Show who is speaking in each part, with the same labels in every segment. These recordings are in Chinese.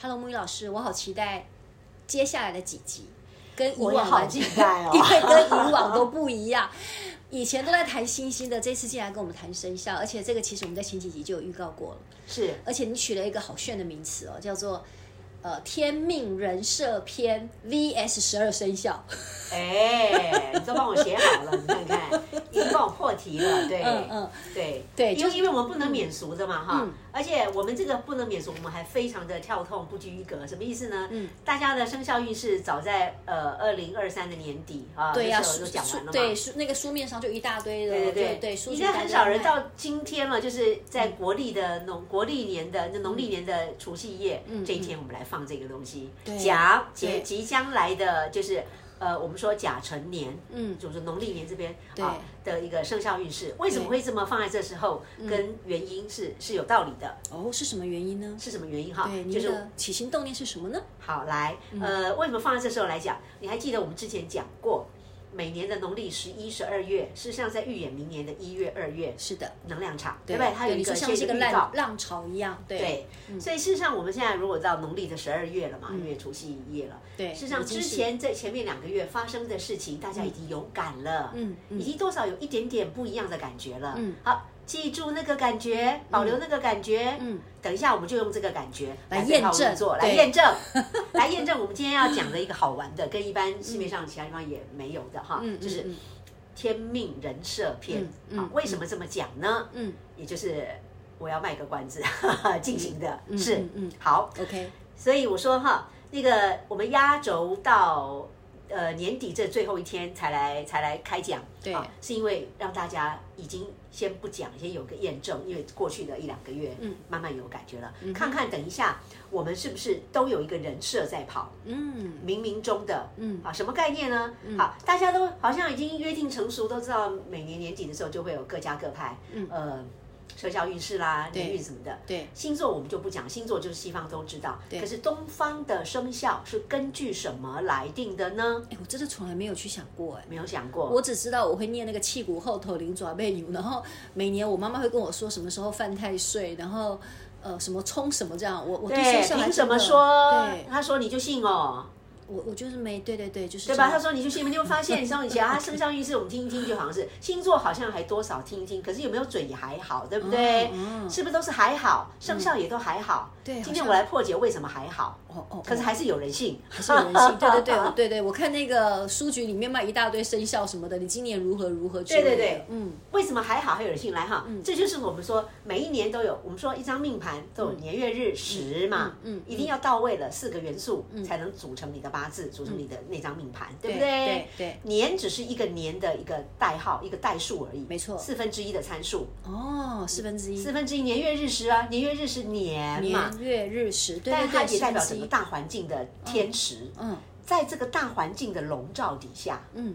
Speaker 1: Hello，木鱼老师，我好期待接下来的几集，跟以
Speaker 2: 我也
Speaker 1: 往
Speaker 2: 好
Speaker 1: 完
Speaker 2: 期待哦
Speaker 1: 因为跟以往都不一样。 以前都在谈星星的，这次竟然跟我们谈生肖，而且这个其实我们在前几集就有预告过了。
Speaker 2: 是
Speaker 1: 而且你取了一个好炫的名词哦，叫做呃天命人设篇 VS 十二生肖。
Speaker 2: 哎，你都帮我写好了，你看看，已经帮我破题了，对，
Speaker 1: 嗯嗯，
Speaker 2: 对
Speaker 1: 对
Speaker 2: 因
Speaker 1: 就
Speaker 2: 为
Speaker 1: 是
Speaker 2: 因为我们不能免俗的嘛，哈
Speaker 1: 嗯，
Speaker 2: 而且我们这个不能免俗，我们还非常的跳痛，不拘一格，什么意思呢？
Speaker 1: 嗯
Speaker 2: 大家的生肖运势早在呃二零二三的年底啊，
Speaker 1: 对
Speaker 2: 呀、
Speaker 1: 呀、
Speaker 2: 候
Speaker 1: 书
Speaker 2: 都讲完了
Speaker 1: 书
Speaker 2: 嘛。
Speaker 1: 对书那个书面上就一大堆的，
Speaker 2: 对
Speaker 1: 对
Speaker 2: 对
Speaker 1: 对，书
Speaker 2: 应
Speaker 1: 籍
Speaker 2: 该
Speaker 1: 大
Speaker 2: 很
Speaker 1: 家
Speaker 2: 少人
Speaker 1: 卖嗯
Speaker 2: 到今天了，就是在国历的农国历年的那农历年的除夕夜
Speaker 1: 嗯
Speaker 2: 这一天，我们来放这个东西
Speaker 1: 对，
Speaker 2: 甲
Speaker 1: 对
Speaker 2: 即即将来的就是呃，我们说甲辰年，
Speaker 1: 嗯
Speaker 2: 就是农历年这边
Speaker 1: 对
Speaker 2: 啊的一个生肖运势，为什么
Speaker 1: 对嗯
Speaker 2: 会这么放在这时候？跟原因是是有道理的，
Speaker 1: 哦，是什么原因呢？
Speaker 2: 是什么原因哈
Speaker 1: 对，？
Speaker 2: 就
Speaker 1: 您
Speaker 2: 是
Speaker 1: 的嗯起心动念是什么呢？
Speaker 2: 好来，呃，为什么放在这时候来讲？你还记得我们之前讲过，每年的农历十一、十二月，事实上在预演明年的一月、二月
Speaker 1: 是的，
Speaker 2: 能量场，对不对？它有
Speaker 1: 你
Speaker 2: 一
Speaker 1: 说
Speaker 2: 个
Speaker 1: 像是一
Speaker 2: 先
Speaker 1: 个
Speaker 2: 预
Speaker 1: 浪
Speaker 2: 告。
Speaker 1: 浪潮一样，对
Speaker 2: 对，所以事实上我们现在如果到农历的十二月了嘛，因为除夕夜了，
Speaker 1: 嗯对
Speaker 2: 事实上
Speaker 1: 已经
Speaker 2: 之
Speaker 1: 是
Speaker 2: 前这前面两个月发生的事情，大家已经有感了，
Speaker 1: 嗯嗯
Speaker 2: 已经多少有一点点不一样的感觉了，
Speaker 1: 嗯
Speaker 2: 好，记住那个感觉，保留那个感觉，
Speaker 1: 嗯，
Speaker 2: 等一下我们就用这个感觉
Speaker 1: 来
Speaker 2: 对号
Speaker 1: 验证
Speaker 2: 入座来
Speaker 1: 对
Speaker 2: 验证， 来验证我们今天要讲的一个好玩的，跟一般市面上其他地方也没有的哈，
Speaker 1: 嗯，
Speaker 2: 就是
Speaker 1: 嗯嗯
Speaker 2: 天命人设篇
Speaker 1: 嗯嗯
Speaker 2: 啊，为什么这么讲呢？
Speaker 1: 嗯，
Speaker 2: 也就是我要卖个关子， 进行的
Speaker 1: 嗯
Speaker 2: 是
Speaker 1: 嗯嗯
Speaker 2: 好，
Speaker 1: OK，
Speaker 2: 所以我说哈，那个我们压轴到呃年底这最后一天才来才来开讲，
Speaker 1: 对
Speaker 2: 啊，是因为让大家已经先不讲，先有个验证，因为过去的一两个月，
Speaker 1: 嗯，
Speaker 2: 慢慢有感觉了，
Speaker 1: 嗯哼
Speaker 2: 看看等一下我们是不是都有一个人设在跑，
Speaker 1: 嗯
Speaker 2: 冥冥中的，
Speaker 1: 嗯
Speaker 2: 啊，什么概念呢？好，大家都好像已经约定成熟，都知道每年年底的时候就会有各家各派，
Speaker 1: 嗯
Speaker 2: 呃，生肖运势啦、
Speaker 1: 对
Speaker 2: 年运什么的。
Speaker 1: 对
Speaker 2: 星座我们就不讲，星座就是西方都知道。
Speaker 1: 对
Speaker 2: 可是东方的生肖是根据什么来定的呢？
Speaker 1: 哎，我真的从来没有去想过哎。
Speaker 2: 没有想过。
Speaker 1: 我只知道我会念那个气骨后头灵爪背牛，然后每年我妈妈会跟我说什么时候犯太岁，然后呃什么冲什么这样。我我对生
Speaker 2: 对，
Speaker 1: 肖还
Speaker 2: 哎凭什
Speaker 1: 真的
Speaker 2: 么说
Speaker 1: 对？，
Speaker 2: 他说你就信哦，
Speaker 1: 我我就是没对对对，就是
Speaker 2: 对啊
Speaker 1: 对
Speaker 2: 吧？他说你就信，你就发现，你知道以前他生肖运势我们听一听，就好像是 星座，好像还多少听一听，可是有没有准也还好，对不对？
Speaker 1: 嗯
Speaker 2: 是不是都是还好？生肖也都还好。
Speaker 1: 对
Speaker 2: 今
Speaker 1: 好
Speaker 2: 天
Speaker 1: 像
Speaker 2: 我来破解为什么还好，
Speaker 1: 哦哦，
Speaker 2: 可是还是有人信，还
Speaker 1: 是有人性，对对对 我对对，我看那个书局里面卖一大堆生肖什么的，你今年如何如何之类的，
Speaker 2: 对对对
Speaker 1: 嗯
Speaker 2: 为什么还好还有人信来哈？这就是我们说每一年都有，我们说一张命盘都有年月日时嘛，
Speaker 1: 嗯嗯嗯嗯
Speaker 2: 一定要到位了，四个元素才能组成你的八字，组成你的那张命盘，对不对？
Speaker 1: 对对
Speaker 2: 年只是一个年的一个代号，一个代数而已，
Speaker 1: 没错
Speaker 2: 四分之一的参数，
Speaker 1: 哦，四分之一
Speaker 2: 四分之一年月日时啊，年月日是年嘛，
Speaker 1: 年月日时，对对
Speaker 2: 但它
Speaker 1: 对，
Speaker 2: 也
Speaker 1: 四
Speaker 2: 代
Speaker 1: 分
Speaker 2: 表
Speaker 1: 之
Speaker 2: 整个
Speaker 1: 一，
Speaker 2: 大环境的天时，
Speaker 1: 嗯
Speaker 2: 在这个大环境的笼罩底下，
Speaker 1: 嗯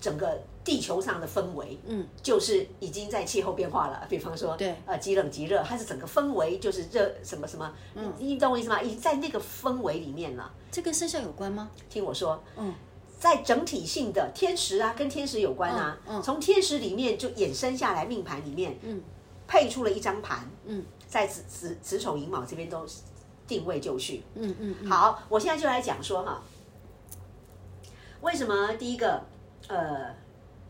Speaker 2: 整个地球上的氛围，
Speaker 1: 嗯，
Speaker 2: 就是已经在气候变化了。比方说，
Speaker 1: 对
Speaker 2: 呃，极冷极热，它是整个氛围就是热什么什么，
Speaker 1: 嗯
Speaker 2: 你你懂我意思吗？已经在那个氛围里面了。
Speaker 1: 这跟生肖有关吗？
Speaker 2: 听我说，
Speaker 1: 嗯，
Speaker 2: 在整体性的天时啊，跟天时有关啊，
Speaker 1: 嗯嗯
Speaker 2: 从天时里面就衍生下来命盘里面，
Speaker 1: 嗯，
Speaker 2: 配出了一张盘，
Speaker 1: 嗯，
Speaker 2: 在子子子丑寅卯这边都定位就绪，
Speaker 1: 嗯嗯嗯，
Speaker 2: 好，我现在就来讲说哈，为什么第一个呃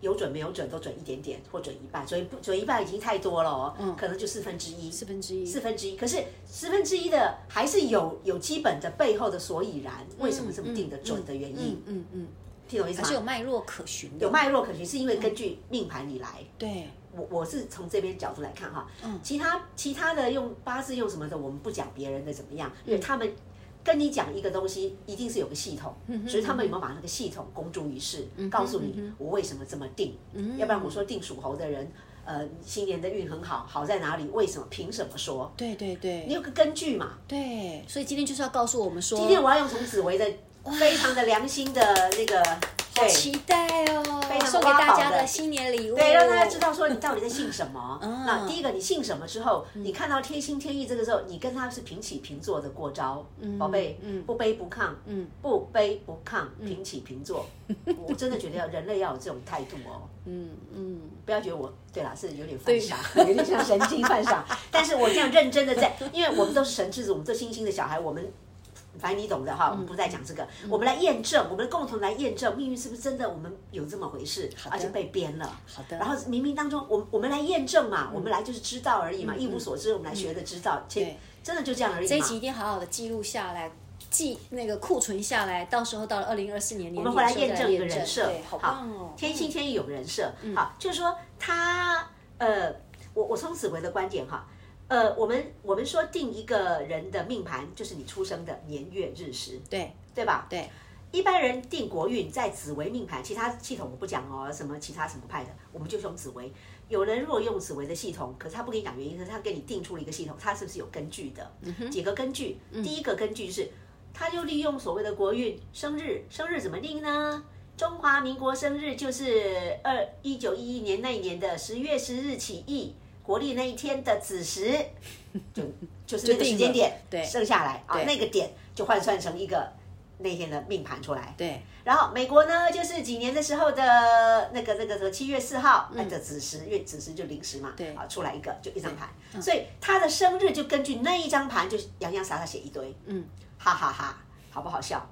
Speaker 2: 有准没有准都准一点点或准一半，准一准一半已经太多了哦，
Speaker 1: 嗯
Speaker 2: 可能就四分之一，
Speaker 1: 四分之一，
Speaker 2: 四分之一。可是四分之一的还是有有基本的背后的所以然，为什么这么定的准的原因，
Speaker 1: 嗯嗯嗯，
Speaker 2: 听懂意
Speaker 1: 还
Speaker 2: 思
Speaker 1: 是有
Speaker 2: 吗？
Speaker 1: 脉络可循的。
Speaker 2: 有脉络可循，是因为根据命盘里来。
Speaker 1: 对，
Speaker 2: 我我是从这边角度来看哈，
Speaker 1: 嗯
Speaker 2: 其他其他的用八字用什么的，我们不讲别人的怎么样，
Speaker 1: 嗯
Speaker 2: 因为他们跟你讲一个东西，一定是有个系统，
Speaker 1: 嗯
Speaker 2: 只是他们有没有把那个
Speaker 1: 嗯
Speaker 2: 系统公诸于世，告诉你我为什么这么定，要不然我说定属猴的人。呃新年的运很好，好在哪里？为什么？凭什么说？
Speaker 3: 对对
Speaker 2: 你
Speaker 3: 对
Speaker 2: 有个根据嘛？
Speaker 3: 对，所以今天就是要告诉我们说，
Speaker 2: 今天我要用童子维的非常的良心的那个，对
Speaker 3: 期待哦，
Speaker 2: 非常
Speaker 3: 送给大
Speaker 2: 挖宝
Speaker 3: 家
Speaker 2: 的
Speaker 3: 的新年礼物，
Speaker 2: 对，让大家知道说你到底在信什么。
Speaker 3: 嗯
Speaker 2: 那第一个你信什么之后，你看到天心天意这个时候，你跟他是平起平坐的过招，宝贝
Speaker 3: 嗯，
Speaker 2: 不卑不亢，
Speaker 3: 嗯
Speaker 2: 不卑不亢，平起平坐。我真的觉得要人类要有这种态度哦。
Speaker 3: 嗯嗯，
Speaker 2: 不要觉得我对啦，是有点犯傻， 有点像神经 犯傻。但是我这样认真的在，因为我们都是神之子，我们都星星的小孩，我们反正你懂的
Speaker 3: 嗯
Speaker 2: 哈，我们不再讲这个。我们来验证，我们共同来验证命运是不是真的，我们有这么回事，
Speaker 3: 的
Speaker 2: 而且被编了。
Speaker 3: 好的，嗯
Speaker 2: 然后冥冥当中，我们我们来验证嘛，我们来就是知道而已嘛，一无所知，我们来学着知道，其实
Speaker 3: 对
Speaker 2: 真的就这样而已嘛。
Speaker 3: 这一集一定好好的记录下来，记那个库存下来，到时候到了二零二四年年底，
Speaker 2: 我们回来验证一个人设
Speaker 3: 嗯对，，好棒哦，嗯
Speaker 2: 天心天意有人设，好，就是说他呃，我我从此回的观点哈，呃，我们我们说定一个人的命盘，就是你出生的年月日时，
Speaker 3: 对
Speaker 2: 对吧？
Speaker 3: 对，
Speaker 2: 一般人定国运在紫微命盘，其他系统我不讲哦，什么其他什么派的，我们就用紫微。有人如果用紫微的系统，可是他不跟你讲原因，可是他给你定出了一个系统，他是不是有根据的？
Speaker 3: 嗯
Speaker 2: 几个根据，第一个根据是，他就利用所谓的国运生日，生日怎么定呢？中华民国生日就是二一九一一年那一年的十月十日起义国历那一天的子时， 就就是那个时间点
Speaker 3: 对
Speaker 2: 生下来啊，
Speaker 3: 对
Speaker 2: 那个点就换算成一个那天的命盘出来。
Speaker 3: 对
Speaker 2: 然后美国呢，就是几年的时候的那个那个什么七月四号，那个子时，因为子时就零时嘛，
Speaker 3: 嗯对嗯
Speaker 2: 啊，出来一个就一张盘，所以他的生日就根据那一张盘，就洋洋洒洒写一堆，
Speaker 3: 嗯，
Speaker 2: 哈哈哈，好不好笑？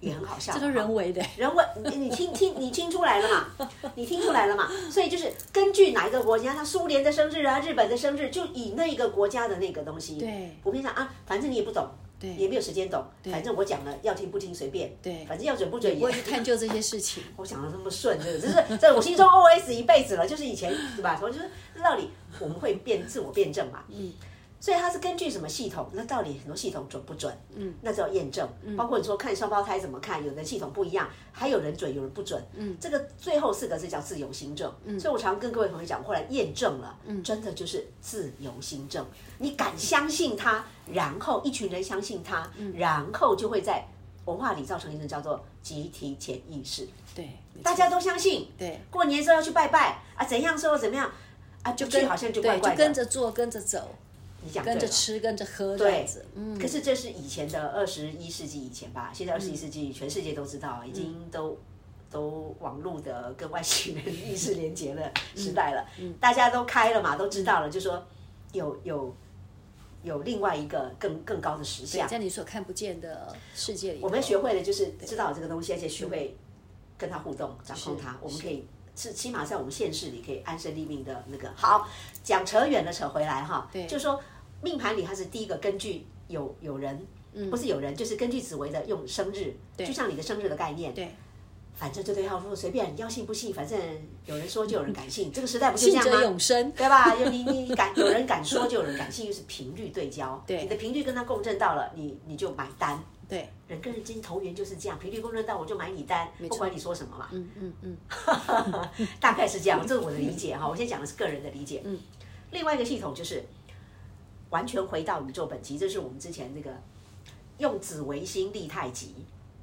Speaker 2: 也很好笑，
Speaker 3: 这都人为的，
Speaker 2: 人为，你你听听，你听出来了 嘛？你听出来了嘛？所以就是根据哪一个国家，他苏联的生日啊，日本的生日，就以那个国家的那个东西。
Speaker 3: 对
Speaker 2: 普遍上啊，反正你也不懂，
Speaker 3: 对
Speaker 2: 也没有时间懂，反正我讲了，要听不听随便，
Speaker 3: 对
Speaker 2: 反正要准不准也。
Speaker 3: 我也去探究这些事情，
Speaker 2: 我讲的那么顺，真的，就是 在我心中 OS 一辈子了，就是以前对吧？我就是这道理，我们会辩自我辩证嘛。嗯。所以它是根据什么系统？那到底很多系统准不准？嗯，那就要验证。包括你说看双胞胎怎么看，有的系统不一样，还有人准，有人不准。嗯，这个最后四个字叫自由心证。嗯，所以我常跟各位朋友讲，后来验证了，嗯，真的就是自由心证。你敢相信它，然后一群人相信它，然后就会在文化里造成一种叫做集体潜意识。
Speaker 3: 对，
Speaker 2: 大家都相信。
Speaker 3: 对，
Speaker 2: 过年的时候要去拜拜啊，怎样说怎么样啊，就去好像就怪
Speaker 3: 对，
Speaker 2: 怪
Speaker 3: 就
Speaker 2: 的。
Speaker 3: 跟着做，跟着走，
Speaker 2: 你讲对
Speaker 3: 跟
Speaker 2: 了
Speaker 3: 着吃，跟着喝这样子，嗯，
Speaker 2: 可是这是以前的二十一世纪以前吧，现在二十一世纪全世界都知
Speaker 3: 嗯
Speaker 2: 道，已经都。都网络的跟外星人意识连接了时代了，
Speaker 3: 嗯
Speaker 2: 大家都开了嘛，都知道了，就说有有有另外一个更更高的实相，
Speaker 3: 在你所看不见的世界里头，
Speaker 2: 我们学会的就是知道这个东西，而且学会跟它互动、掌控它。我们可以是起码在我们现世里可以安身立命的那个。好，讲扯远了，扯回来哈，对就说命盘里它是第一个根据有有人，不是有人，就是根据紫薇的用生日，就像你的生日的概念，
Speaker 3: 对，
Speaker 2: 反正就对号入座，随便你要信不信，反正有人说就有人敢信，这个时代不就这
Speaker 3: 信
Speaker 2: 样
Speaker 3: 者
Speaker 2: 吗？
Speaker 3: 永生，
Speaker 2: 对吧？有你你敢有人敢说，就有人敢信，就是频率对焦。
Speaker 3: 对
Speaker 2: 你的频率跟他共振到了，你你就买单。
Speaker 3: 对，
Speaker 2: 人跟人之间投缘就是这样，频率共振到我就买你单，不管你说什么嘛，
Speaker 3: 嗯嗯嗯，
Speaker 2: 大概是这样，这是我的理解哈。我先讲的是个人的理解。嗯，另外一个系统就是完全回到宇宙本体，这是我们之前那个用紫微星立太极。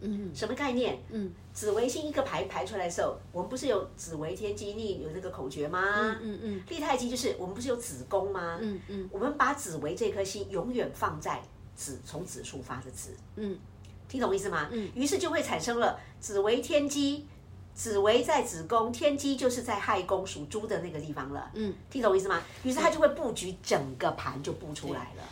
Speaker 2: 嗯，什么概念？嗯，紫微星一个排排出来的时候，我们不是有紫微天机逆有那个口诀吗？
Speaker 3: 嗯嗯，
Speaker 2: 立太极就是我们不是有子宫吗？嗯嗯，我们把紫薇这颗星永远放在子从子出发的子，
Speaker 3: 嗯，
Speaker 2: 听懂意思吗？嗯，于是就会产生了紫薇天机，紫薇在子宫，天机就是在亥宫属猪的那个地方了，嗯，听懂意思吗？于是它就会布局整个盘就布出来了。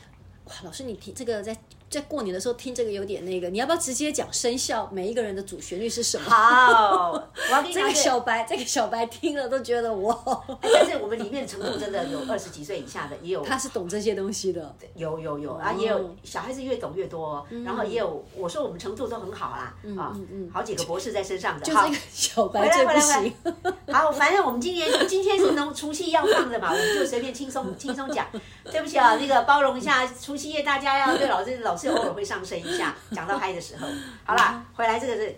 Speaker 3: 哇，老师，你听这个在在过年的时候听这个有点那个，你要不要直接讲生肖每一个人的主旋律是什么？
Speaker 2: 好，
Speaker 3: 哦
Speaker 2: 我要跟你
Speaker 3: 这
Speaker 2: 讲
Speaker 3: 个
Speaker 2: 一个
Speaker 3: 小白，这个小白听了都觉得哇，
Speaker 2: 哎 但是我们里面程度真 的有二十几岁以下的，也有
Speaker 3: 他是懂这些东西的，
Speaker 2: 有有有啊，
Speaker 3: 哦嗯
Speaker 2: 也有小孩子越懂越多，然后也有我说我们程度都很好啦，啊，好几个博士在身上的，
Speaker 3: 就
Speaker 2: 好
Speaker 3: 这个小
Speaker 2: 回
Speaker 3: 白
Speaker 2: 来
Speaker 3: 最
Speaker 2: 回
Speaker 3: 不
Speaker 2: 来回
Speaker 3: 行
Speaker 2: 来。好，反正我们今年今天是农除夕要放的嘛，我们就随便轻松轻松讲。对不起啊，那个包容一下，除夕夜大家要对老师老师偶
Speaker 1: 嗯
Speaker 2: 尔会上升一下，讲到嗨的时候。好啦，回来这个是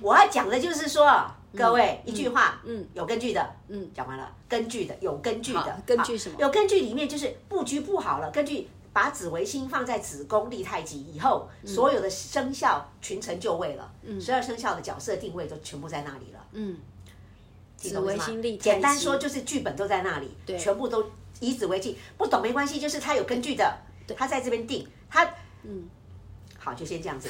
Speaker 2: 我要讲的就是说，各位，一句话，
Speaker 1: 嗯
Speaker 2: 嗯，有根据的，
Speaker 1: 嗯
Speaker 2: 嗯，讲完了，根据的，有根据
Speaker 1: 好
Speaker 2: 的，
Speaker 1: 根据
Speaker 2: 好
Speaker 1: 什么
Speaker 2: 有根据里面就是布局不好了，根据把紫微星放在子宫立太极以后，
Speaker 1: 嗯
Speaker 2: 所有的生肖群臣就位了，十二生肖的角色定位都全部在那里了，
Speaker 1: 嗯，
Speaker 2: 你懂我意
Speaker 1: 紫微
Speaker 2: 思吗
Speaker 1: 星立太极
Speaker 2: 简单说就是剧本都在那里，
Speaker 1: 对
Speaker 2: 全部都以紫为镜，不懂没关系，就是他有根据的，他在这边定，他，嗯，好，就先这样子。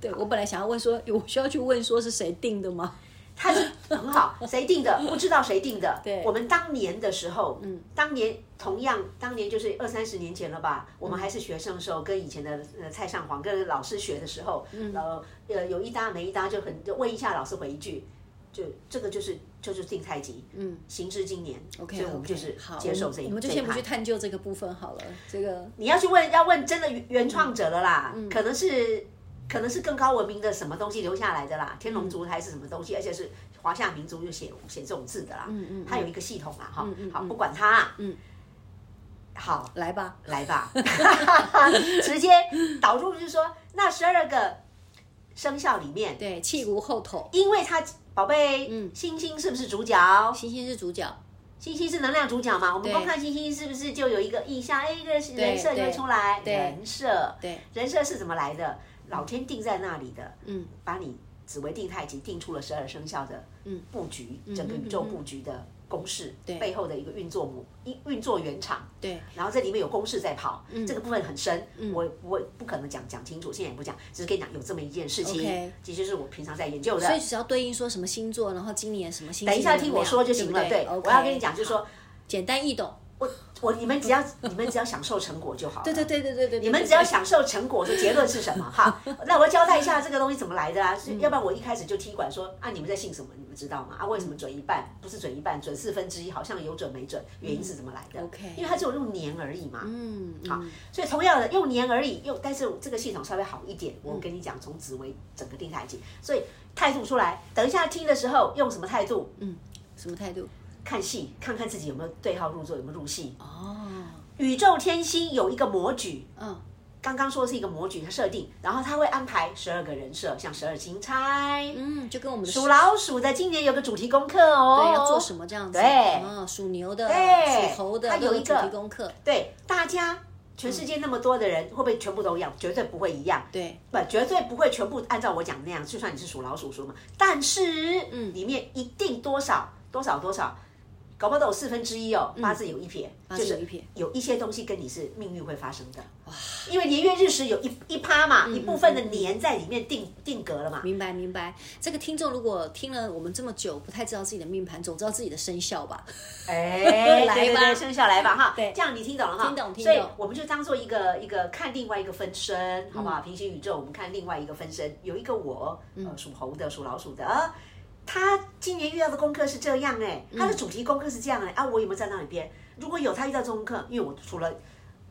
Speaker 1: 对我本来想要问说，我需要去问说是谁定的吗？
Speaker 2: 他是很好，谁定的？不知道谁定的。
Speaker 1: 对
Speaker 2: 我们当年的时候，嗯，当年同样，当年就是二三十年前了
Speaker 1: 嗯
Speaker 2: 吧，我们还是学生的时候，跟以前的呃蔡尚煌跟老师学的时候，
Speaker 1: 嗯
Speaker 2: 呃呃有一搭没一搭就很就问一下老师回一句，就这个就是就是定太极，嗯，行之今年，OK，所以我们就是
Speaker 1: 好，
Speaker 2: 接受这一，
Speaker 1: 我们就
Speaker 2: 这一
Speaker 1: 先不
Speaker 2: 派
Speaker 1: 去探究这个部分好了。这个
Speaker 2: 你要去问，要问真的原原创者了啦，可能是可能是更高文明的什么东西留下来的啦，天龙族还是什么东西，而且是华夏民族就写写这种字的啦，嗯嗯，它有一个系统啦，哈，好，不管它啊，嗯，好，
Speaker 1: 来吧，
Speaker 2: 来吧， 直接导入就是说那十二个生肖里面，
Speaker 1: 对，气无后头，
Speaker 2: 因为它宝贝，嗯，星星是不是主角？
Speaker 1: 星星是主角，
Speaker 2: 星星是能量主角嘛？我们光看星星是不是就有一个意象？哎，一个人设就会出来。
Speaker 1: 对对
Speaker 2: 人设，
Speaker 1: 对，
Speaker 2: 人设是怎么来的？老天定在那里的，
Speaker 1: 嗯，
Speaker 2: 把你紫微定太极定出了十二生肖的
Speaker 1: 嗯
Speaker 2: 布局，整个宇宙布局的公式，
Speaker 1: 对
Speaker 2: 背后的一个运作模运运作原厂，
Speaker 1: 对，嗯
Speaker 2: 然后这里面有公式在跑，这个部分很深，我我不可能讲讲清楚，现在也不讲，只是跟你讲有这么一件事情
Speaker 1: OK，
Speaker 2: 其实是我平常在研究的，
Speaker 1: 所以只要对应说什么星座，然后今年什么星星，
Speaker 2: 等一下听我说就行了。
Speaker 1: 对
Speaker 2: 对
Speaker 1: 不对，
Speaker 2: 我要跟你讲，就是，
Speaker 1: OK，
Speaker 2: 说
Speaker 1: 好。简单易懂。
Speaker 2: 我我你们只要你们只要享受成果就好了。
Speaker 1: 对对对对对对，
Speaker 2: 你们只要享受成果，就结论是什么哈？那我交代一下这个东西怎么来的啊？
Speaker 1: 嗯
Speaker 2: 是要不然我一开始就踢馆说啊，你们在信什么？你们知道吗？啊，为什么准一半不是准一半，准四分之一，好像有准没准，原因是怎么来的
Speaker 1: OK
Speaker 2: 因为它只有用年而已嘛。
Speaker 1: 嗯，好，
Speaker 2: 所以同样的用年而已，用但是这个系统稍微好一点。
Speaker 1: 嗯
Speaker 2: 我跟你讲，从紫微整个定太极，所以态度出来。等一下听的时候用什么态度？
Speaker 1: 嗯什么态度？
Speaker 2: 看戏，
Speaker 1: 嗯
Speaker 2: 看看自己有没有对号入座，有没有入戏。
Speaker 1: 哦，
Speaker 2: 宇宙天星有一个模举，
Speaker 1: 嗯，
Speaker 2: 刚刚说的是一个模举，它设定，然后它会安排十二个人设，像十二金钗。
Speaker 1: 嗯，就跟我们的
Speaker 2: 属老鼠的今年有个主题功课哦，
Speaker 1: 对要做什？么这样子，
Speaker 2: 对
Speaker 1: 哦，属牛的、
Speaker 2: 对
Speaker 1: 属猴的，
Speaker 2: 它有
Speaker 1: 都
Speaker 2: 一个
Speaker 1: 主题功课，
Speaker 2: 对，大家全世界那么多的人，会不会全部都一样？绝对不会一样，
Speaker 1: 对，
Speaker 2: 不，绝对不会全部按照我讲的那样。就算你是属老鼠属什么，但是嗯，里面一定多少多少多少，搞不好都有四分之一哦，八字有一撇，
Speaker 1: 嗯字
Speaker 2: 就
Speaker 1: 有一
Speaker 2: 是
Speaker 1: 撇
Speaker 2: 有一些东西跟你是命运会发生的。因为年月日时有一一趴嘛，
Speaker 1: 嗯
Speaker 2: 一部分的年在里面定定格了嘛。
Speaker 1: 明白明白。这个听众如果听了我们这么久，不太知道自己的命盘，总知道自己的生肖吧？
Speaker 2: 哎，
Speaker 1: 来吧
Speaker 2: 对对对生下来吧哈，
Speaker 1: 对
Speaker 2: 这样你听懂了哈，
Speaker 1: 听懂听
Speaker 2: 所以
Speaker 1: 懂
Speaker 2: 我们就当做一个一个看另外一个分身，好不
Speaker 1: 嗯
Speaker 2: 好？平行宇宙我们看另外一个分身，有一个我，呃，属猴的，属老鼠的，啊他今年遇到的功课是这样哎，
Speaker 1: 嗯
Speaker 2: 他的主题功课是这样哎，啊，我有没有站到你边？如果有他遇到这种功课，因为我除了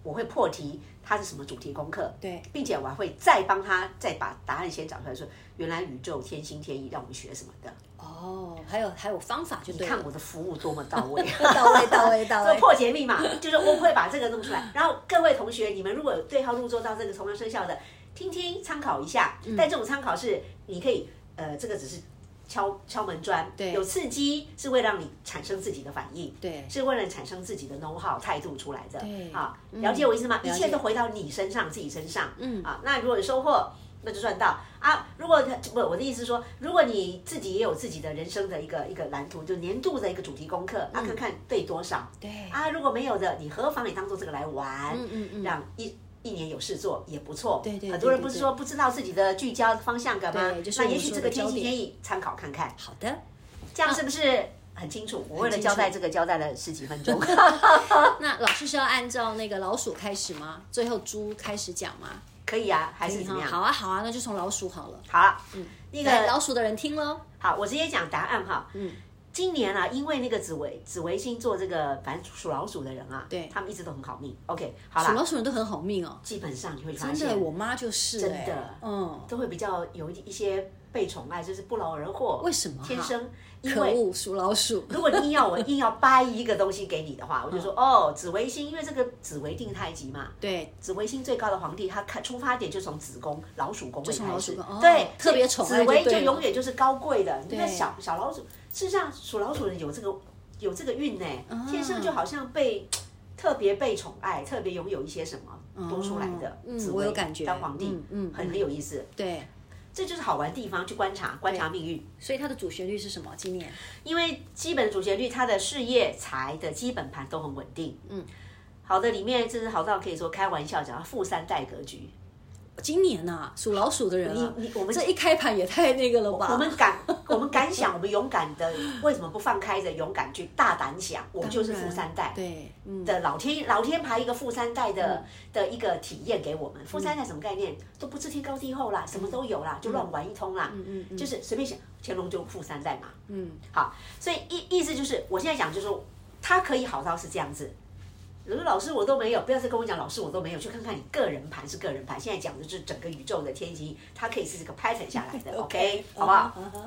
Speaker 2: 我会破题，他是什么主题功课，
Speaker 1: 对，
Speaker 2: 并且我还会再帮他再把答案先找出来说，原来宇宙天心天意让我们学什么的，
Speaker 1: 哦，还有还有方法就
Speaker 2: 你
Speaker 1: 对
Speaker 2: 看
Speaker 1: 了，
Speaker 2: 我的服务多么到 位。
Speaker 1: 到位到位到
Speaker 2: 这
Speaker 1: 位，
Speaker 2: 破解密码，就是我会把这个弄出来。然后各位同学，你们如果有对号入座到这个同样生肖的，听听参考一下。
Speaker 1: 嗯
Speaker 2: 但这种参考是你可以，呃，这个只是敲敲门砖，
Speaker 1: 对
Speaker 2: 有刺激是为了让你产生自己的反应，
Speaker 1: 对
Speaker 2: 是为了产生自己的 know how 态度出来的。
Speaker 1: 对嗯
Speaker 2: 啊，了解我意思吗？
Speaker 1: 了
Speaker 2: 一
Speaker 1: 解
Speaker 2: 切都回到你身上，自己身上。嗯啊，那如果有收获。那就赚到啊！如果不，我的意思是说，如果你自己也有自己的人生的一个一个蓝图，就年度的一个主题功课，那、看看对多少，
Speaker 1: 嗯对，
Speaker 2: 啊，如果没有的，你何妨也当做这个来玩，
Speaker 1: 嗯嗯嗯
Speaker 2: 让一一年有事做也不错。
Speaker 1: 对对
Speaker 2: 很多人
Speaker 1: 对
Speaker 2: 不
Speaker 1: 对
Speaker 2: 是说不知道自己的聚焦方向干嘛
Speaker 1: 对就？是
Speaker 2: 那
Speaker 1: 我
Speaker 2: 也
Speaker 1: 们
Speaker 2: 许
Speaker 1: 说
Speaker 2: 这
Speaker 1: 的
Speaker 2: 个天
Speaker 1: 焦
Speaker 2: 气
Speaker 1: 点
Speaker 2: 建议参考看看，
Speaker 1: 好的。
Speaker 2: 这样是不是很清楚？我为了
Speaker 1: 清楚
Speaker 2: 交代这个交代了十几分 钟，
Speaker 1: 那老师是要按照那个老鼠开始吗？最后猪开始讲吗？
Speaker 2: 可以啊，还是怎么样？
Speaker 1: 好嗯啊好啊，那就从老鼠好了。
Speaker 2: 好了，那
Speaker 1: 来，
Speaker 2: 个
Speaker 1: 老鼠的人听喽。
Speaker 2: 好，我直接讲答案哈。嗯。今年啊，因为那个紫薇紫薇星座这个反正属老鼠的人啊，
Speaker 1: 对
Speaker 2: 他们一直都很好命。OK，好
Speaker 1: 属
Speaker 2: 啦，
Speaker 1: 老鼠人都很好命哦，
Speaker 2: 基本上你会发
Speaker 1: 真
Speaker 2: 现，
Speaker 1: 的，我妈就是、欸，
Speaker 2: 真的
Speaker 1: 嗯，
Speaker 2: 都会比较有一一些被宠爱，就是不劳而获。
Speaker 1: 为什么啊哈
Speaker 2: 天生，因
Speaker 1: 可
Speaker 2: 为
Speaker 1: 恶，属老鼠。
Speaker 2: 如果硬要我硬要掰一个东西给你的话，我就
Speaker 1: 嗯
Speaker 2: 说哦，紫微星，因为这个紫微定太极嘛，
Speaker 1: 对，
Speaker 2: 紫微星最高的皇帝，他看出发点就从子宫老鼠宫位
Speaker 1: 从老
Speaker 2: 开
Speaker 1: 鼠
Speaker 2: 始
Speaker 1: 宫哦，
Speaker 2: 对，
Speaker 1: 特别宠
Speaker 2: 紫
Speaker 1: 爱就
Speaker 2: 微
Speaker 1: 对
Speaker 2: 就
Speaker 1: 了
Speaker 2: 永远就是高贵的。你看
Speaker 1: 对
Speaker 2: 小小老鼠，事实上属老鼠的有这个有这个运呢、
Speaker 1: 啊
Speaker 2: 天生就好像被特别被宠爱，特别拥有一些什么多出来的。
Speaker 1: 嗯
Speaker 2: 紫
Speaker 1: 我
Speaker 2: 微
Speaker 1: 有感觉
Speaker 2: 当皇帝，
Speaker 1: 嗯嗯
Speaker 2: 很很有意思。
Speaker 1: 对，
Speaker 2: 这就是好玩的地方，去观察观察命运。
Speaker 1: 所以它的主旋律是什么？今年
Speaker 2: 因为基本主旋律，它的事业财的基本盘都很稳定。嗯，好的里面真是好到可以说开玩笑讲富三代格局。
Speaker 1: 今年呐、属老鼠的人啊，
Speaker 2: 你你我们
Speaker 1: 这一开盘也太那个了吧？
Speaker 2: 我们敢， 我们敢想，我们勇敢的，为什么不放开着勇敢去大胆想？我们就是富三代
Speaker 1: 对，嗯，
Speaker 2: 的老天，老天牌一个富三代的的一个体验给我们。富三代什么概念？都不知天高地厚啦，什么都有啦，就乱玩一通啦，就是随便想。乾隆就富三代嘛，嗯，好，所以意意思就是，我现在讲就是说，他可以好到是这样子。有时候老师我都没有，不要再跟我讲老师我都没有，去看看你个人盘是个人盘。现在讲的就是整个宇宙的天机，它可以是这个 pattern 下来 的，OK，好不好？嗯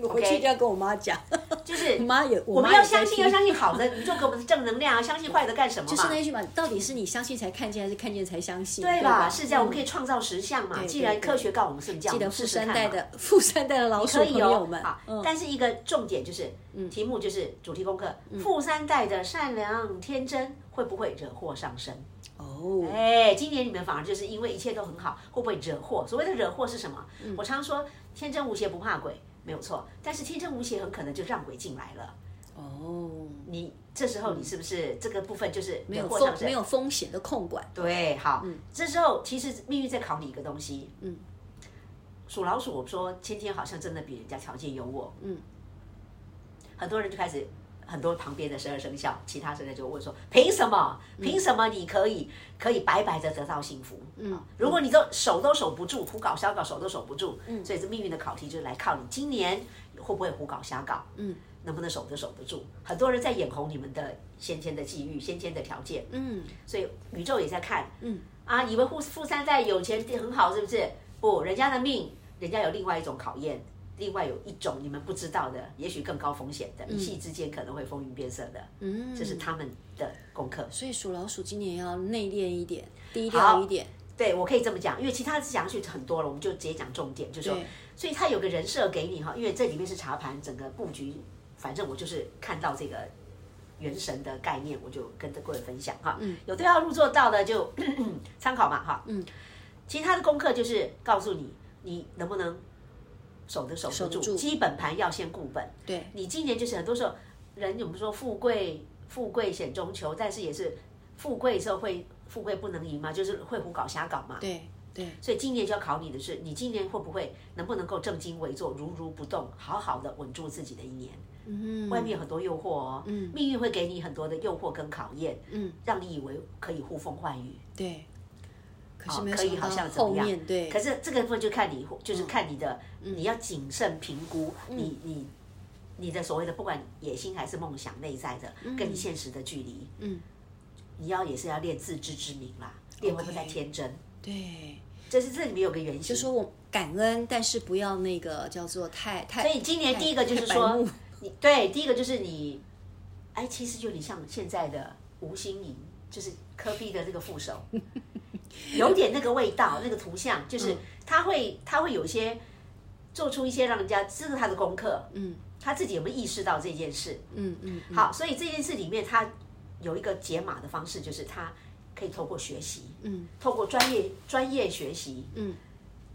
Speaker 1: 我嗯回去
Speaker 2: OK
Speaker 1: 一定要跟我妈讲，
Speaker 2: 就是
Speaker 1: 我妈也，
Speaker 2: 我
Speaker 1: 妈
Speaker 2: 们
Speaker 1: 也
Speaker 2: 要
Speaker 1: 在
Speaker 2: 相信，
Speaker 1: 听
Speaker 2: 要相信好的，宇宙给我们的正能量啊！相信坏的干什么
Speaker 1: 就是那
Speaker 2: 嘛？
Speaker 1: 一句嘛，到底是你相信才看见，还是看见才相信？
Speaker 2: 对
Speaker 1: 吧？嗯
Speaker 2: 吧？是这样，我们可以创造实相嘛。
Speaker 1: 对
Speaker 2: 既然
Speaker 1: 对对
Speaker 2: 科学告我们是这样，
Speaker 1: 记
Speaker 2: 我
Speaker 1: 得
Speaker 2: 们
Speaker 1: 富
Speaker 2: 试试
Speaker 1: 三
Speaker 2: 看
Speaker 1: 代
Speaker 2: 嘛
Speaker 1: 的 富三代的老鼠
Speaker 2: 可
Speaker 1: 朋
Speaker 2: 以哦
Speaker 1: 友们，
Speaker 2: 好
Speaker 1: 嗯，
Speaker 2: 但是一个重点就是，题目就是主题功课，
Speaker 1: 嗯
Speaker 2: 富三代的善良天真会不会惹祸上身？
Speaker 1: 哦，
Speaker 2: 哎，今年你们反而就是因为一切都很好，会不会惹祸？所谓的惹祸是什么？
Speaker 1: 嗯
Speaker 2: 我常说天真无邪不怕鬼，没有错。但是天真无邪很可能就让鬼进来了。
Speaker 1: 哦，
Speaker 2: 你这时候你是不是这个部分就是
Speaker 1: 没
Speaker 2: 惹
Speaker 1: 有
Speaker 2: 祸上
Speaker 1: 风
Speaker 2: 身？
Speaker 1: 没有风险的控管，
Speaker 2: 对，好，这时候其实命运在考你一个东西，嗯，属老鼠，我说今天好像真的比人家条件优渥，嗯，很多人就开始。很多旁边的十二生肖，其他生肖就问说：凭什么？凭什么你可以可以白白的得到幸福？嗯，如果你都守都守不住，胡搞瞎搞守都守不住，嗯，所以这命运的考题就是来靠你今年会不会胡搞瞎搞，嗯，能不能守都守得住？很多人在眼红你们的先天的际遇、先天的条件，
Speaker 1: 嗯，
Speaker 2: 所以宇宙也在看，嗯，啊，以为富富三代有钱很好，是不是？不，人家的命，人家有另外一种考验，另外有一种你们不知道的，也许更高风险的，一夕之间可能会风云变色的，嗯，这是他们的功课。
Speaker 1: 所以属老鼠今年要内敛一点，低
Speaker 2: 好
Speaker 1: 调一点，
Speaker 2: 对我可以这么讲，因为其他讲下去很多了，我们就直接讲重点，就说
Speaker 1: 对，
Speaker 2: 所以他有个人设给你哈，因为这里面是茶盘整个布局，反正我就是看到这个元神的概念，我就跟各位分享哈。有对号入座到的就 参考嘛哈。嗯，其他的功课就是告诉你，你能不能守得守
Speaker 1: 守
Speaker 2: 得
Speaker 1: 得
Speaker 2: 住，
Speaker 1: 住
Speaker 2: 基本盘要先固本。
Speaker 1: 对，
Speaker 2: 你今年就是很多时候人我们说富贵富贵险中求，但是也是富贵时候会富贵不能淫嘛，就是会胡搞瞎搞嘛。
Speaker 1: 对对，
Speaker 2: 所以今年就要考你的是，你今年会不会能不能够正襟危坐、如如不动，好好的稳住自己的一年？嗯，外面有很多诱惑哦，嗯，命运会给你很多的诱惑跟考验，嗯，让你以为可以呼风唤雨，哦
Speaker 1: 对，可是没有
Speaker 2: 可以
Speaker 1: 想到
Speaker 2: 好像怎
Speaker 1: 后
Speaker 2: 么样
Speaker 1: 面对，
Speaker 2: 可是这个部分就看你，就是
Speaker 1: 嗯
Speaker 2: 看你的，你要谨慎评估你你你的所谓的不管野心还是梦想内在的，
Speaker 1: 嗯
Speaker 2: 跟你现实的距离，嗯，你要也是要练自知之明啦，练会不会太
Speaker 1: OK
Speaker 2: 天真？
Speaker 1: 对，
Speaker 2: 这是这里面有个原
Speaker 1: 就
Speaker 2: 型，
Speaker 1: 说我感恩，但是不要那个叫做太太。所
Speaker 2: 所以今年第一个就是
Speaker 1: 白
Speaker 2: 说
Speaker 1: 目，
Speaker 2: 你对第一个就是你，哎，其实有点像现在的吴心颖，就是科比的那个副手，有点那个味道，那个图像，就是
Speaker 1: 嗯
Speaker 2: 他会他会有一些做出一些让人家这是他的功课，嗯，他自己有没有意识到这件事？
Speaker 1: 嗯嗯，嗯
Speaker 2: 好，所以这件事里面他有一个解码的方式，就是他可以透过学习，嗯，透过专业专业学习，嗯，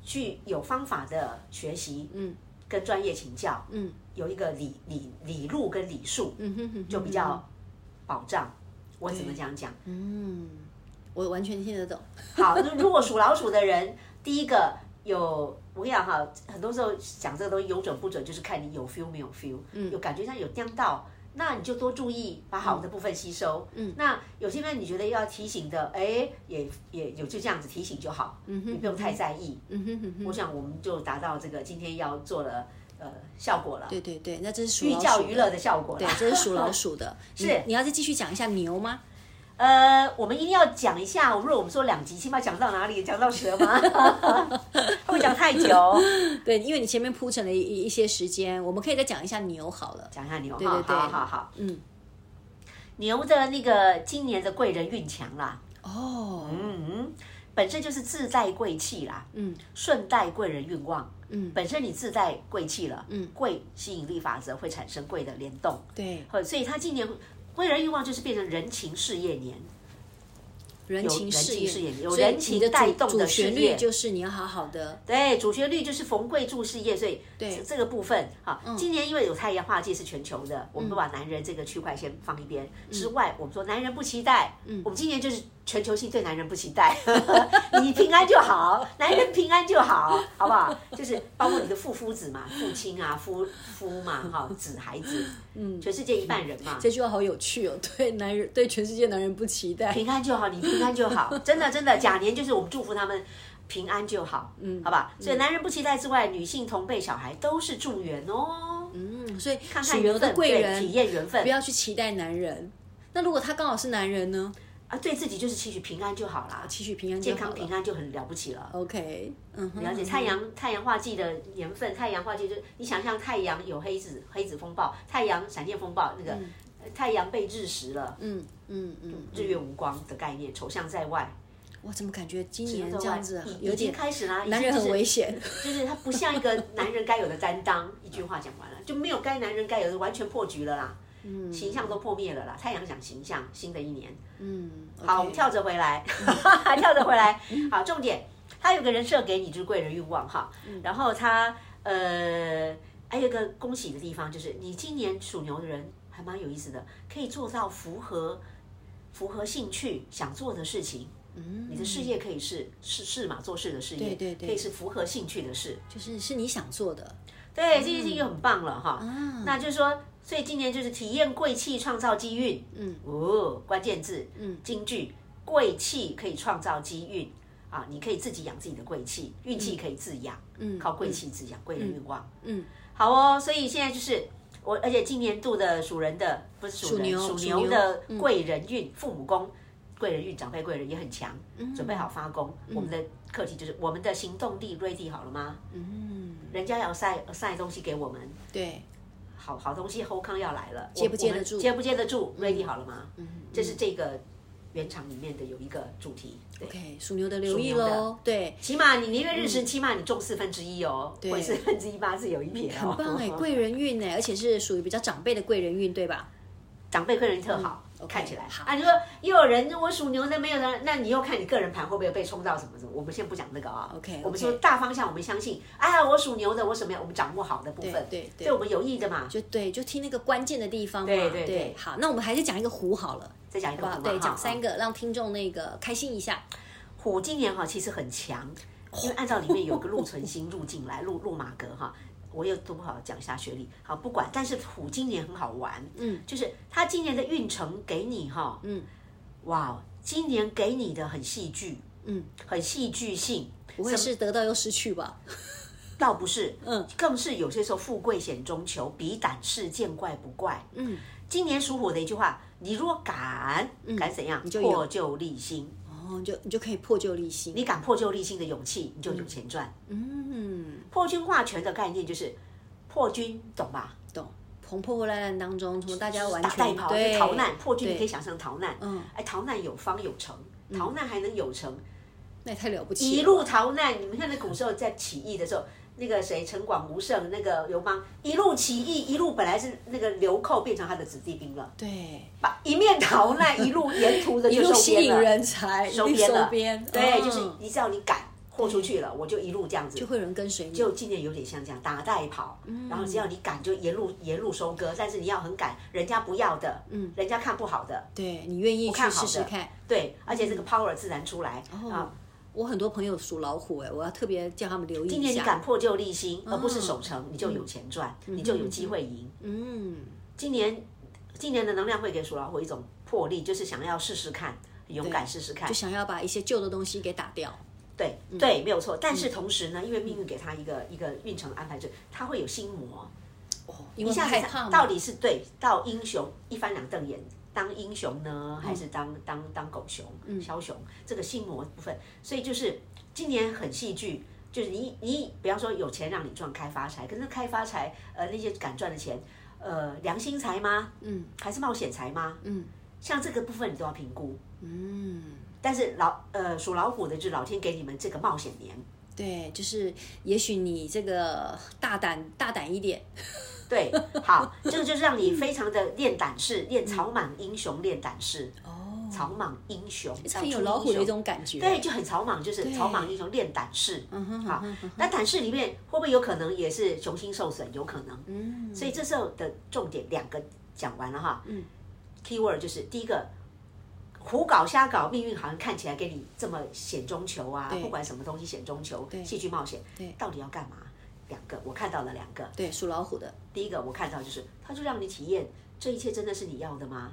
Speaker 2: 去有方法的学习，嗯，跟专业请教，嗯，有一个理理理路跟理数，嗯哼哼，就比较保障。我只能这样讲。
Speaker 1: 我完全听得懂。
Speaker 2: 好，如如果属老鼠的人，第一个有我跟你讲哈，很多时候讲这个东西有准不准，就是看你有 feel 没有 feel，、有
Speaker 1: 嗯
Speaker 2: 感觉上有颠到，那你就多注意，把好的部分吸收。嗯，那有些呢，你觉得要提醒的，哎，也也有就这样子提醒就好，你不用太在意。
Speaker 1: 嗯哼哼哼，
Speaker 2: 我想我们就达到这个今天要做了呃效果了，
Speaker 1: 对对对，那这是属
Speaker 2: 寓
Speaker 1: 老
Speaker 2: 教
Speaker 1: 鼠
Speaker 2: 于
Speaker 1: 的
Speaker 2: 乐的。效果
Speaker 1: 对
Speaker 2: 了。，
Speaker 1: 哦这是属 老鼠的。
Speaker 2: 是
Speaker 1: 你，你要再继续讲一下牛 吗？
Speaker 2: 呃，我们一定要讲一下，如果我们说两集，起码讲到哪里？讲到蛇吗？会不
Speaker 4: 会讲太久。
Speaker 1: 对，因为你前面铺陈了一一一些时间，我们可以再讲一下牛好了。
Speaker 2: 讲一下牛，
Speaker 1: 对对对
Speaker 2: 好好好，
Speaker 1: 嗯，
Speaker 2: 牛的那个今年的贵人运强啦，
Speaker 1: 哦，
Speaker 2: 嗯，本身就是自带贵气啦，
Speaker 1: 嗯，
Speaker 2: 顺带贵人运旺，
Speaker 1: 嗯
Speaker 2: 本身你自带贵气了，
Speaker 1: 嗯
Speaker 2: 贵吸引力法则会产生贵的联动，
Speaker 1: 对，
Speaker 2: 或所以他今年贵人运旺就是变成人情事业年，
Speaker 1: 人情事
Speaker 2: 人情事
Speaker 1: 业
Speaker 2: 业，有
Speaker 1: 所以
Speaker 2: 人情
Speaker 1: 你的主
Speaker 2: 带动的
Speaker 1: 主旋
Speaker 2: 事
Speaker 1: 律
Speaker 2: 业
Speaker 1: 就是你要好好的，
Speaker 2: 对，哎主旋律就是逢贵助事业，所以
Speaker 1: 对
Speaker 2: 这这个部分哈，今年因为有太阳化忌是全球的，我们不把男人这个区块先放一边之外，我们说男人不期待，我们今年就是全球性对男人不期待， 你平安就好，男人平安就好，好不好？就是包括你的父夫子嘛，父亲啊，夫夫嘛，哈，子孩子，嗯，全世界一半人嘛，
Speaker 1: 这句话好有趣哦。对男人，对全世界男人不期待，
Speaker 2: 平安就好，你平安 就好，真的真的，甲年就是我们祝福他们平安就好，嗯，好吧。所以男人不期待之外，女性同辈小孩都是助缘哦，
Speaker 1: 嗯，所以
Speaker 2: 看
Speaker 1: 属
Speaker 2: 看
Speaker 1: 牛
Speaker 2: 缘
Speaker 1: 的
Speaker 2: 分，
Speaker 1: 贵
Speaker 2: 对
Speaker 1: 人
Speaker 2: 体验缘分
Speaker 1: 不要去期待男人。那如果他刚好是男人呢？
Speaker 2: 啊，对自己就是期许平安就好啦，
Speaker 1: 期许平安就
Speaker 2: 健
Speaker 1: 好
Speaker 2: 康
Speaker 1: 了。
Speaker 2: 平安就很了不起了。
Speaker 1: OK，嗯哼，
Speaker 2: 了
Speaker 1: 嗯
Speaker 2: 解
Speaker 1: 哼
Speaker 2: 太阳太阳化忌的年份，太阳化忌就是你想象太阳有黑子黑子风暴，太阳闪电风暴那个、呃太阳被日食了，
Speaker 1: 嗯嗯嗯，
Speaker 2: 日月无光的概念，丑相在外，
Speaker 1: 我怎么感觉今年这样子啊
Speaker 2: 已
Speaker 1: 有
Speaker 2: 已经
Speaker 1: 点
Speaker 2: 开始啦，已经
Speaker 1: 男人
Speaker 2: 就是
Speaker 1: 很危 险，
Speaker 2: 就是他不像一个男人该有的担当。一句话讲完了，就没有该男人该有的，完全破局了啦。形象都破灭了啦。太阳讲形象，新的一年。
Speaker 1: 嗯，
Speaker 2: 好，我
Speaker 1: OK
Speaker 2: 们跳着回来， 跳着回来。好，重点，他有个人设给你，就是贵人运旺哈。
Speaker 1: 嗯
Speaker 2: 然后他呃，还有一个恭喜的地方，就是你今年属牛的人还蛮有意思的，可以做到符合符合兴趣想做的事情。嗯，你的事业可以是是是嘛做事的事业，
Speaker 1: 对对对
Speaker 2: 可以是符合兴趣的事。
Speaker 1: 就是是你想做的，
Speaker 2: 对，这件事情就很棒了哈。那就是说，所以今年就是体验贵气，创造机运。嗯，哦，关键字，嗯，金句，贵气可以创造机运啊，你可以自己养自己的贵气，运气可以自养，嗯，靠贵气自养，贵人运旺。
Speaker 1: 嗯，
Speaker 2: 好哦，所以现在就是。我而且今年度的属人的不是属人
Speaker 1: 牛
Speaker 2: 属
Speaker 1: 属
Speaker 2: 牛嗯
Speaker 1: 牛
Speaker 2: 的贵人运、父母宫、贵人运、长辈贵人也很强，准备好发功。我们的课题就是我们的行动力 ready 好了吗？人家要晒晒东西给我们，
Speaker 1: 对，
Speaker 2: 好好东西后康要来了，
Speaker 1: 接不接得
Speaker 2: 我们
Speaker 1: 住嗯
Speaker 2: 接不接得住？ready 好了吗？这是这个原厂里面的有一个主题，对。
Speaker 1: OK，属牛的留意
Speaker 2: 属牛的
Speaker 1: 喽，对，
Speaker 2: 起码你宁愿日食，起码你中四分之一哦，
Speaker 1: 对
Speaker 2: 或四分之一八是有一撇哦，
Speaker 1: 很棒哎， 贵人运哎，而且是属于比较长辈的贵人运，对吧？
Speaker 2: 长辈贵人特好
Speaker 1: 嗯，，OK，
Speaker 2: 看起来
Speaker 1: 好
Speaker 2: 啊，你说又有人我属牛的没有的，那你又看你个人盘会不会被冲到什么什么？我们先不讲这个啊
Speaker 1: OK，OK
Speaker 2: 我们说大方向，我们相信，啊，我属牛的，我什么样，我们掌握好的部分，
Speaker 1: 对对对
Speaker 2: 对呃我们有益的嘛，
Speaker 1: 就对，就听那个关键的地方嘛，
Speaker 2: 对对对
Speaker 1: 好，那我们还是讲一个虎好了，
Speaker 2: 再讲一个
Speaker 1: 好不好？
Speaker 2: 图嘛
Speaker 1: 对，
Speaker 2: 哈
Speaker 1: 讲三个，让听众那个开心一下。
Speaker 2: 虎今年哈其实很 强，因为按照里面有一个陆存星入进来，陆陆马格哈，我又都不好讲一下学历，好不管，但是虎今年很好玩，嗯，就是他今年的运程给你哈，嗯，哇哦，今年给你的很戏剧，嗯，很戏剧性，
Speaker 1: 不会是得到又失去吧？
Speaker 2: 倒不是，嗯，更是有些时候富贵险中求，比胆是见怪不怪。嗯，今年属虎的一句话，你若敢，敢怎样，
Speaker 1: 你就有
Speaker 2: 破旧立新。
Speaker 1: 哦，你就你就可以破旧立新。
Speaker 2: 你敢破旧立新的勇气，你就有钱赚。嗯，破军化权的概念就是破军，懂吧？
Speaker 1: 懂，从破破烂烂当中，从大家完
Speaker 2: 打带
Speaker 1: 全
Speaker 2: 跑
Speaker 1: 对
Speaker 2: 逃难，破军你
Speaker 1: 对嗯
Speaker 2: 可以想象逃难。嗯，哎，逃难有方有成，逃难还能有成，
Speaker 1: 那也太了不起了，
Speaker 2: 一路逃难。你们看那古时候在起义的时候，那个谁陈广吴胜那个刘邦一路起义，一路本来是那个流寇变成他的子弟兵了，
Speaker 1: 对，
Speaker 2: 把一面逃难，一路沿途的
Speaker 1: 一
Speaker 2: 就
Speaker 1: 路
Speaker 2: 收
Speaker 1: 吸
Speaker 2: 编
Speaker 1: 引
Speaker 2: 了，
Speaker 1: 人才，一
Speaker 2: 收
Speaker 1: 路
Speaker 2: 编
Speaker 1: 收
Speaker 2: 了，
Speaker 1: 编，
Speaker 2: 对，
Speaker 1: 嗯
Speaker 2: 就是你只要你敢豁出去了，我就一路这样子
Speaker 1: 就会有人跟随你，
Speaker 2: 就今年有点像这样打带跑，然后只要你敢就沿路沿路收割，但是你要很敢，人家不要的，嗯，人家看不好的，
Speaker 1: 对你愿意去
Speaker 2: 看好
Speaker 1: 试
Speaker 2: 的
Speaker 1: 试看。
Speaker 2: 对，而且这个 power 自然出来、啊。
Speaker 1: 我很多朋友属老虎，哎，我要特别叫他们留意
Speaker 2: 今
Speaker 1: 一
Speaker 2: 年你
Speaker 1: 下。
Speaker 2: 敢破旧立新，而不是守成，你就有钱赚，你就有机会赢。
Speaker 1: 嗯，
Speaker 2: 今年今年的能量会给属老虎一种魄力，就是想要试试看，勇敢试试看
Speaker 1: 就。想要把一些旧的东西给打掉。
Speaker 2: 对
Speaker 1: 嗯
Speaker 2: 对，没有错。但是同时呢，因为命运给他一个一个运程安排，就是他会有心魔。
Speaker 1: 哦，因
Speaker 2: 一
Speaker 1: 为
Speaker 2: 下
Speaker 1: 害
Speaker 2: 子
Speaker 1: 怕嘛
Speaker 2: 到底是对到英雄一翻两瞪眼，当英雄呢，
Speaker 1: 嗯
Speaker 2: 还是当、当当狗熊、枭雄？这个心魔部分，所以就是今年很戏剧，就是你你比方说有钱让你赚开发财，可是开发财呃那些敢赚的钱，呃良心财吗？嗯，还是冒险财吗？嗯，像这个部分你都要评估。
Speaker 1: 嗯，
Speaker 2: 但是老呃属老虎的就是老天给你们这个冒险年，
Speaker 1: 对，就是也许你这个大胆大胆一点，
Speaker 2: 对，好，这个就是让你非常的练胆识，练草莽英雄，练胆识。哦，草莽英雄，
Speaker 1: 这很有老虎的啊一种感觉。
Speaker 2: 对，就很草莽，就是草莽英雄练胆识。
Speaker 1: 嗯
Speaker 2: 好，那胆识里面会不会有可能也是雄心受损？有可能。嗯，所以这时候的重点两个讲完了哈。嗯，keyword 就是第一个。胡搞瞎搞，命运好像看起来给你这么险中求啊！
Speaker 1: 对
Speaker 2: 不管什么东西险中求，戏剧冒险，
Speaker 1: 对
Speaker 2: 到底要干嘛？两个，我看到了两个。
Speaker 1: 对，属老虎的，
Speaker 2: 第一个我看到就是，他就让你体验这一切真的是你要的吗？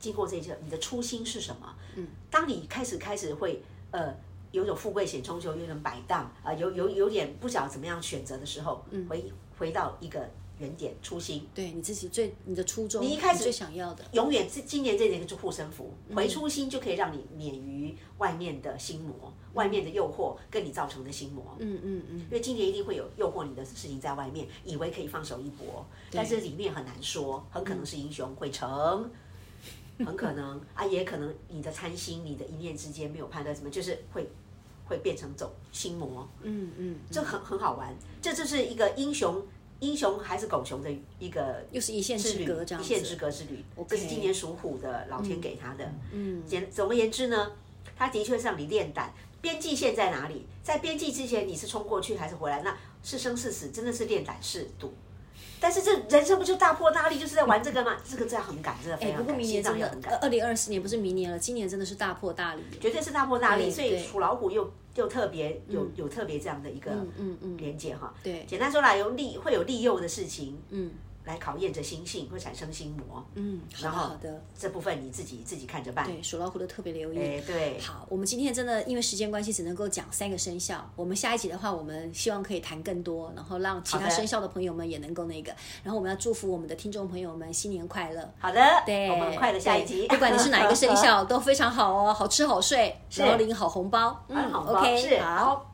Speaker 2: 经过这一切，你的初心是什么？嗯，当你开始开始会呃有种富贵险中求，有点摆荡啊、呃有有有点不晓得怎么样选择的时候，回回到一个原点初心，
Speaker 1: 对你自己最你的初衷，
Speaker 2: 你一开始
Speaker 1: 最想要的，
Speaker 2: 永远是今年这年就护身符，回初心就可以让你免于外面的心魔、外面的诱惑跟你造成的心魔。
Speaker 1: 嗯嗯嗯，
Speaker 2: 因为今年一定会有诱惑你的事情在外面，以为可以放手一搏，但是里面很难说，很可能是英雄会成，很可能啊，也可能你的贪心、你的一念之间没有判断什么，就是会会变成走心魔，
Speaker 1: 嗯嗯，
Speaker 2: 这很很好玩，这就是一个英雄。英雄还是狗熊的一个
Speaker 1: 又是一线之隔这样
Speaker 2: 一
Speaker 1: 子，
Speaker 2: 线之隔之旅，这是今年属虎的老天给他的。
Speaker 1: 嗯，
Speaker 2: 简总而言之呢，他的确是让你练胆。边际线在哪里？在边际之前，你是冲过去还是回来？那是生是死，真的是练胆识赌。但是这人生不就大破大立，就是在玩这个吗？这个真的很敢，真的非
Speaker 1: 哎，不
Speaker 2: 常
Speaker 1: 过
Speaker 2: 敢，
Speaker 1: 明
Speaker 2: 心
Speaker 1: 年
Speaker 2: 脏
Speaker 1: 真
Speaker 2: 也
Speaker 1: 的
Speaker 2: 很，
Speaker 1: 二
Speaker 2: 敢，
Speaker 1: 二零二四年不是明年了，今年真的是大破大立，
Speaker 2: 绝对是大破大立。
Speaker 1: 对
Speaker 2: 所以
Speaker 1: 对
Speaker 2: 属老虎又又特别有有特别这样的一个
Speaker 1: 嗯嗯
Speaker 2: 连接哈。
Speaker 1: 对
Speaker 2: 简单说来，有利会有利诱的事情
Speaker 1: 嗯
Speaker 2: 来考验着心性，会产生心魔。
Speaker 1: 嗯，好的
Speaker 2: 然后
Speaker 1: 好的，
Speaker 2: 这部分你自己自己看着办。
Speaker 1: 对，属老虎的特别留意。
Speaker 2: 哎，对，
Speaker 1: 好，我们今天真的因为时间关系，只能够讲三个生肖。我们下一集的话，我们希望可以谈更多，然后让其
Speaker 2: 好
Speaker 1: 他
Speaker 2: 的
Speaker 1: 生肖的朋友们也能够那个。然后我们要祝福我们的听众朋友们新年快乐。
Speaker 2: 好的，
Speaker 1: 对，
Speaker 2: 我们很快的下一集
Speaker 1: 对。不管你是 哪一个生，肖，都非常好哦，好吃好睡，然后领好红包。嗯
Speaker 2: 很好包
Speaker 1: ，OK，
Speaker 2: 是
Speaker 1: 好，